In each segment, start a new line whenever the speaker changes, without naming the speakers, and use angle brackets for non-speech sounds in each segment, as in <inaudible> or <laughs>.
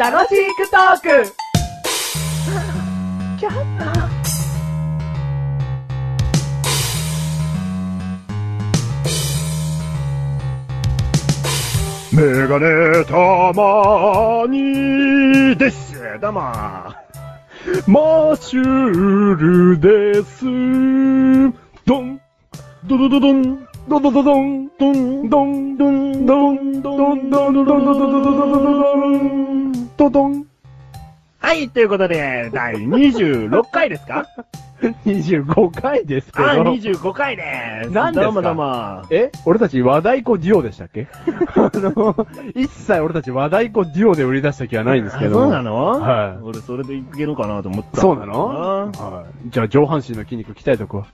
楽しくトーク
メガネたまにです。だまマッシュルです。ドン、ドドドドン、ドドドドン、ドン、ドン、ドン、ドン、ドン、ドン、ドン、ドン、ドン、ドン、ドン、ドン。はい、ということで、第26回です
<laughs>
か
25回ですけ
あ、
ど。
25回です。
何ですか
どうもどうも。
え俺たち和太鼓デュオでしたっけあの、一切俺たち和太鼓デュオで売り出した気はないんですけど。
あそうなの
はい
俺、それでいけるかなと思った。
そうなの
あ
はい。じゃあ上半身の筋肉鍛えとくわ。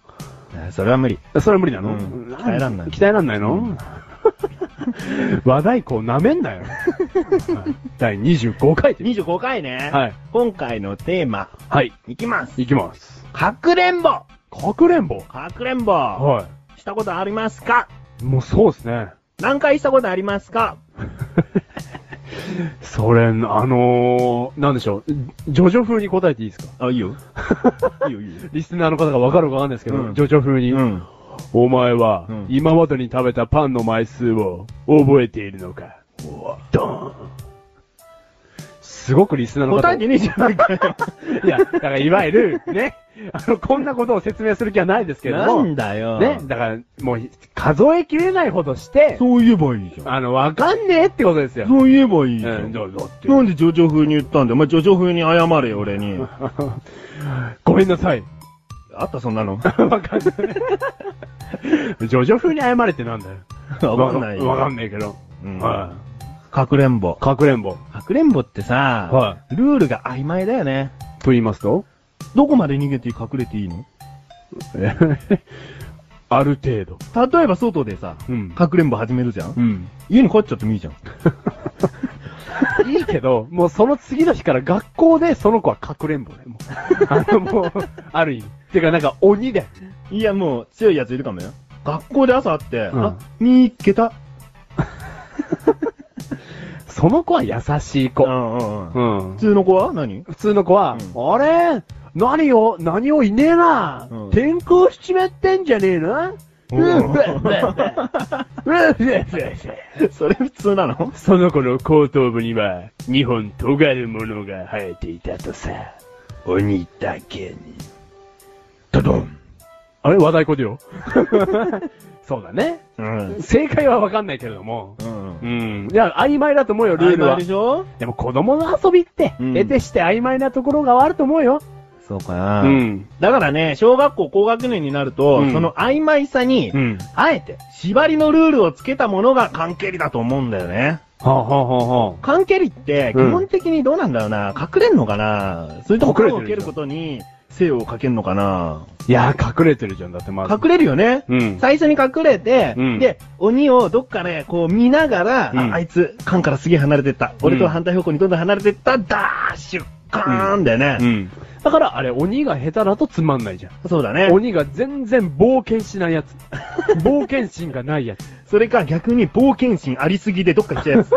ーそれは無理。
それは無理なの、
うん鍛えらんない
鍛えらんないの、和太鼓舐めんなよ。
<laughs>
はい第25回という
25回ね。
はい。
今回のテーマ、
はい。
いきます。
いきます。
かくれんぼ
かくれんぼ。
かくれんぼ
は
したことありますか
い。もうそうですね。
何回したことありますか
それ、あのー、なんでしょう。ジョジョ風に答えていいですか
あ、いいよ。 <laughs> いいよ、いいよ。
リスナーの方がわかるかわかんないですけど、
うん
ジョジョ風に。
うん。
お前は
うん、
今までに食べたパンの枚数を覚えているのか。ドーン。すごくリスナーの方。
答えてねえじゃないかよ。
いや、だからいわゆる、ね、あの、こんなことを説明する気はないですけど
な
も、
んだよ。
ね、だから、もう、数えきれないほどして、
そう言えばいいじゃん。
あの、わかんねえってことですよ。
そう言えばいいじゃ
うん、
ん。
どうぞって。
なんでジョジョ風に言ったんだよ。お前ジョジョ風に謝れよ、俺に。
<laughs> ごめんなさい。 <laughs>
あった、そんなの。
わかんない。ジョジョ風に謝れってなんだよ。
<laughs> わかんないよ。
わかんないけど。
うん
は
かくれんぼ
い。。かくれんぼ。
かくれんぼってさ、
は
ルールが曖昧だよね。
と言いますと
どこまで逃げて隠れていいの
えある程度。
例えば外でさ、
うん
かくれんぼ始めるじゃん、
うん。
家に帰っちゃってもいいじゃん。
いいけど、もうその次の日から学校でその子はかくれんぼね。もうあの、もう、ある意味。てかなんか鬼で。
いや、もう強いやついるかもよ。学校で朝会って、
うん
あ、見っけた。
その子は優しい子。
うんうんうん。
うん
普通の子は何
普通の子は、あれ何よ何をいねえな、
うん
天空しちまってんじゃねえな
う
うんん、 <laughs> うっ、うっ、うっ、うっ、うっ、うっ。
それ普通なの
その子の後頭部には、二本尖るものが生えていたとさ、鬼だけに。
ドドン。
あれ和太鼓でよ。 <laughs> そうだね。
うん。
正解はわかんないけれども。
うん。
うん。いや、曖昧だと思うよ、ルール
曖昧
は
で。しょ
でも子供の遊びって、
うん
得てして曖昧なところがあると思うよ。
そうかな、
うん。
だからね、小学校高学年になると、
うん
その曖昧さに、
うん。
あえて、縛りのルールをつけたものが関係理だと思うんだよね。
はあ、はあはあは
関係理って、基
うん
本的にどうなんだろうな、隠れんのかなそれとも
隠
声
れて
を
る
受けることに、精をかけるのかない
やー、隠れてるじゃん、だってまず。
隠れるよね、
うん
最初に隠れて、
うん
で、鬼をどっかね、こう見ながら、
うん
ああいつ、缶からすげえ離れてった。俺と
うん
反対方向にどんどん離れてった。ダッシュカーンだよね。
うん。だから、あれ、鬼が下手だとつまんないじゃん。
そうだね。
鬼が全然冒険しない
<laughs>
やつ。冒険心がないやつ。
それか逆に冒険心ありすぎでどっか行っちゃう
<laughs>
やつ。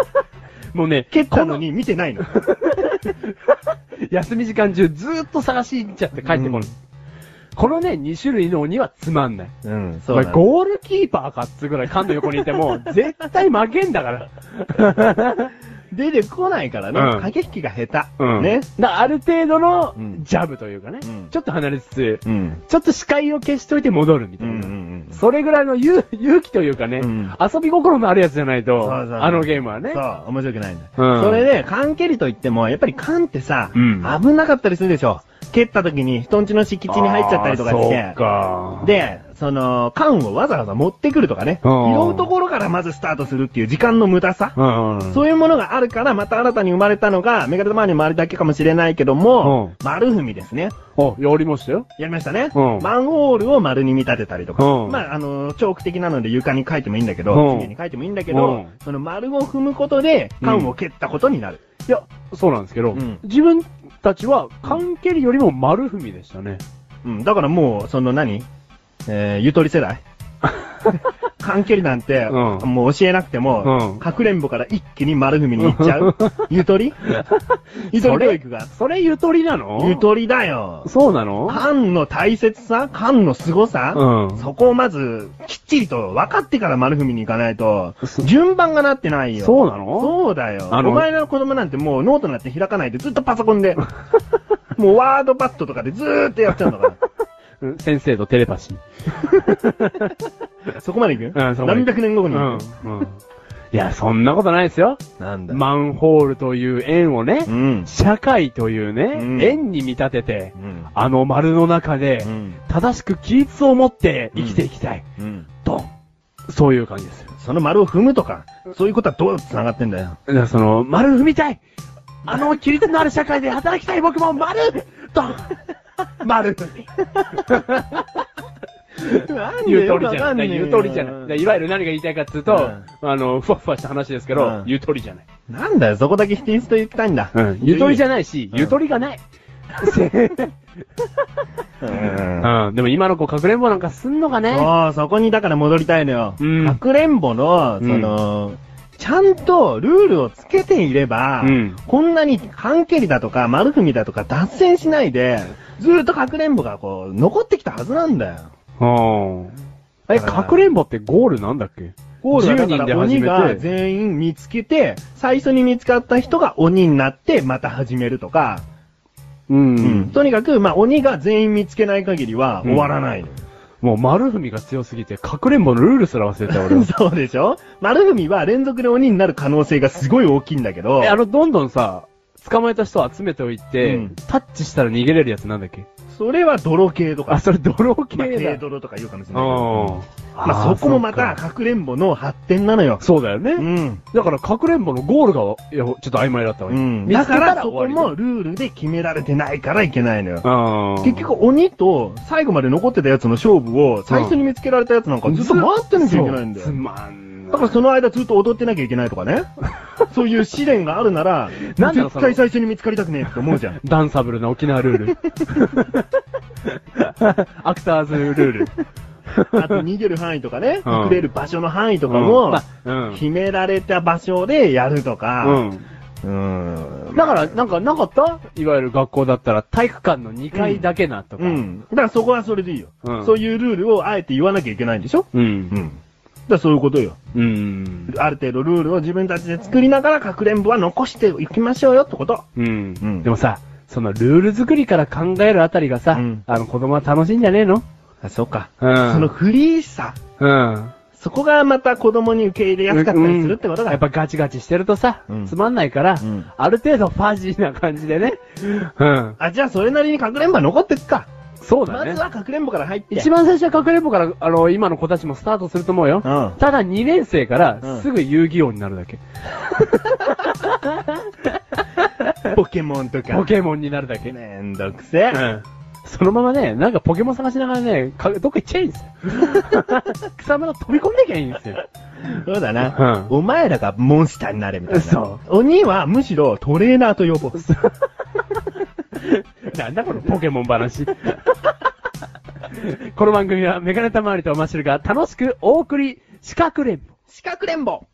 もうね、
蹴ったのに見てないの。
休み時間中ずーっと探しに行っちゃって帰ってこる。このね、2種類の鬼はつまんない。
うん、
お
そう
前
だね、
ゴールキーパーかっつうぐらい缶の横にいて <laughs> も、絶対負けんだから。 <laughs>
出てこないからね、
うん
駆け引きが下手。
ね
ね。。
だからある程度の
うん
ジャブというかね、
うん
ちょっと離れつつ、
うん。
ちょっと視界を消しといて戻るみた
う
い
んうん
な。
うん。
それぐらいの勇勇気というかね、
うん
遊び心のあるやつじゃない
そう
と、
そうそう
あのゲームはね
そ。う、面白くないんだ。
うん
それで、缶蹴りといっても、やっぱり缶ってさ、
うん
危なかったりするでしょ。蹴った時に人んちの敷地に入っちゃったりとかし
あーそ
て
う。か。、
で、その、缶をわざわざ持ってくるとかね。
うん
拾うところからまずスタートするっていう時間の無駄さ。
うん。
そういうものがあるから、また新たに生まれたのが、メガネ玉に周りだけかもしれないけども、
うん
丸踏みですね。
あ、やりましたよ。
やりましたね。
うん
マンホールを丸に見立てたりとか。
うん
まあ、あの、チョーク的なので床に書いてもいいんだけど、
うん
次に書いてもいいんだけ
う
ど
ん、
その丸を踏むことで、缶を蹴ったことになる。
いや、そうなんですけど、
うん
自分たちは、缶蹴りよりも丸踏みでしたね。 <laughs>
うん。だからもう、その何えー、ゆとり世代短距離なんて、
うん
もう教えなくても、
うん
かくれんぼから一気に丸踏みに行っちゃ
<laughs>
う。ゆとりゆとり教育が。
それゆとりなの
ゆとりだよ。
そうなの
缶の大切さ缶の凄さ、
うん
そこをまず、きっちりと分かってから丸踏みに行かない
<laughs>
と、
そ
順番がなってないよ。
そうなの
そうだよ。
あの
お前の子供なんてもうノートなんて開かないでずっとパソコン
<laughs>
で、もうワードパッドとかでずーっとやっちゃうんだか
うん先生とテレパシー。 <laughs>
ら。そこまで行く、
うんそこまで
何百年後
う
に行く、
ん。うん。いや、そんなことないですよ。
なんだ。
マンホールという円をね
う、ん。
社会という
うん
ね、円に見立てて
う、ん。
あの丸の中で
う、ん。
正しく規律を持って生きていきたい。
うん。
ドン。そういう感じですよ。
その丸を踏むとか、そういうことはどう繋がってんだよ。
だからその、丸踏みたいあの規律のある社会で働きたい僕も丸ドン
<laughs>
丸踏みゆとりじゃない。ゆとりじゃない。だからいわゆる何が言いたいかっていうと、
う
あの、ふわふわした話ですけど、
うん
ゆとりじゃない。
なんだよ、そこだけ否定していきたいんだ。
ゆとりじゃ
ない。
ないし、
うん
ゆとりがない。
うん。
うん、でも今の子、かくれんぼなんかすんのかね。
そう、そこにだから戻りたいのよ。
うん
かくれんぼの、その、ちゃんとルールをつけていれば、
うん
こんなに半蹴りだとか丸踏みだとか脱線しないで、ずーっとかくれんぼがこう、残ってきたはずなんだよ。
うん。
だ
え、
から
かくれんぼってゴールなんだっけ
ゴールはだ
10人
か
で
ら
始め
鬼
て
が全員見つけて、最初に見つかった人が鬼になって、また始めるとか、
う
うん。とにかく、まあ、鬼が全員見つけない限りは終わらないのよ。 <laughs>
もう丸踏みが強すぎて、かくれんぼのルールすら忘れた俺は。
そうでしょ丸踏みは連続で鬼になる可能性がすごい大きいんだけど
え、、あの、どんどんさ、捕まえた人を集めておいて、
うん
タッチしたら逃げれるやつなんだっけ
それは泥系と
あ、
か、
それ泥系
まあ、
だ。
軽泥とか言うかもしれないけ
うん
ど。まあ、そこもまた、
ー
かくれんぼの発展なのよ。
そうかそうだよ
う
ね。
ん。
だから、かくれんぼのゴールが、いや、ちょっと曖昧だったわ。
うん。
見つ
だ
け
か
た
ら、そこ
終わ
もルールで決められてないからいけないのよ。
り。
結局、鬼と最後まで残ってたやつの勝負を、最初に見つけられたやつなんかずっと待ってなきゃいけないんだ
そうつ
よ。
まんない。
だからその間ずっと踊ってなきゃいけないとかね。そういう試練があるなら、
なんだろう
絶対最初に見つかりたくねえって思うじゃん。
ダンサブルな沖縄ルール。アクターズルール。
あと逃げる範囲とかね、
うん
隠れる場所の範囲とか
うん
も
ま、あ
決められた場所でやると
う
か、
ん。うん。
うん。
だから、なんかなかったいわゆる学校だったら体育館の2階だけなとか。
うん。だからそこはそれでいいよ。
うん
そういうルールをあえて言わなきゃいけないんでしょ
うん。
ん。だからそういうことよ。
うん。
ある程度ルールを自分たちで作りながら、かくれんぼは残していきましょうよってこと。
うん。
うん
でもさ、そのルール作りから考えるあたりがさ、
うん
あの子供は楽しいんじゃねえの
あ、そうか。
うん。
そのフリーさ、
うん。
そこがまた子供に受け入れやすかったりするってこと
うん
だ。
やっぱガチガチしてるとさ、
うん
つまんないから、
うん
ある程度ファジーな感じでね。うん。
あ、じゃあそれなりにかくれんぼは残ってくか。
そうだ
ま
ね。
ずはかくれんぼから入って。
一番最初はかくれんぼから、あの、今の子たちもスタートすると思うよ。
うん
ただ2年生か
うん
ら、すぐ遊戯王になるだけ。
ポケモンとか。
ポケモンになるだけ。
めんどくせえ。
うん。そのままね、なんかポケモン探しながらね、かどっか行っちゃえばいいん <laughs> ですよ。草むら飛び込んなきゃいいんです <laughs> よ。
そうだな。
うん
お前らがモンスターになれみたいな。。
そう
鬼はむしろトレーナーと呼ぼう。
なんだこのポケモン話。この番組はメガネタ周りとマッシュルが楽しくお送り、四角連
四角連棒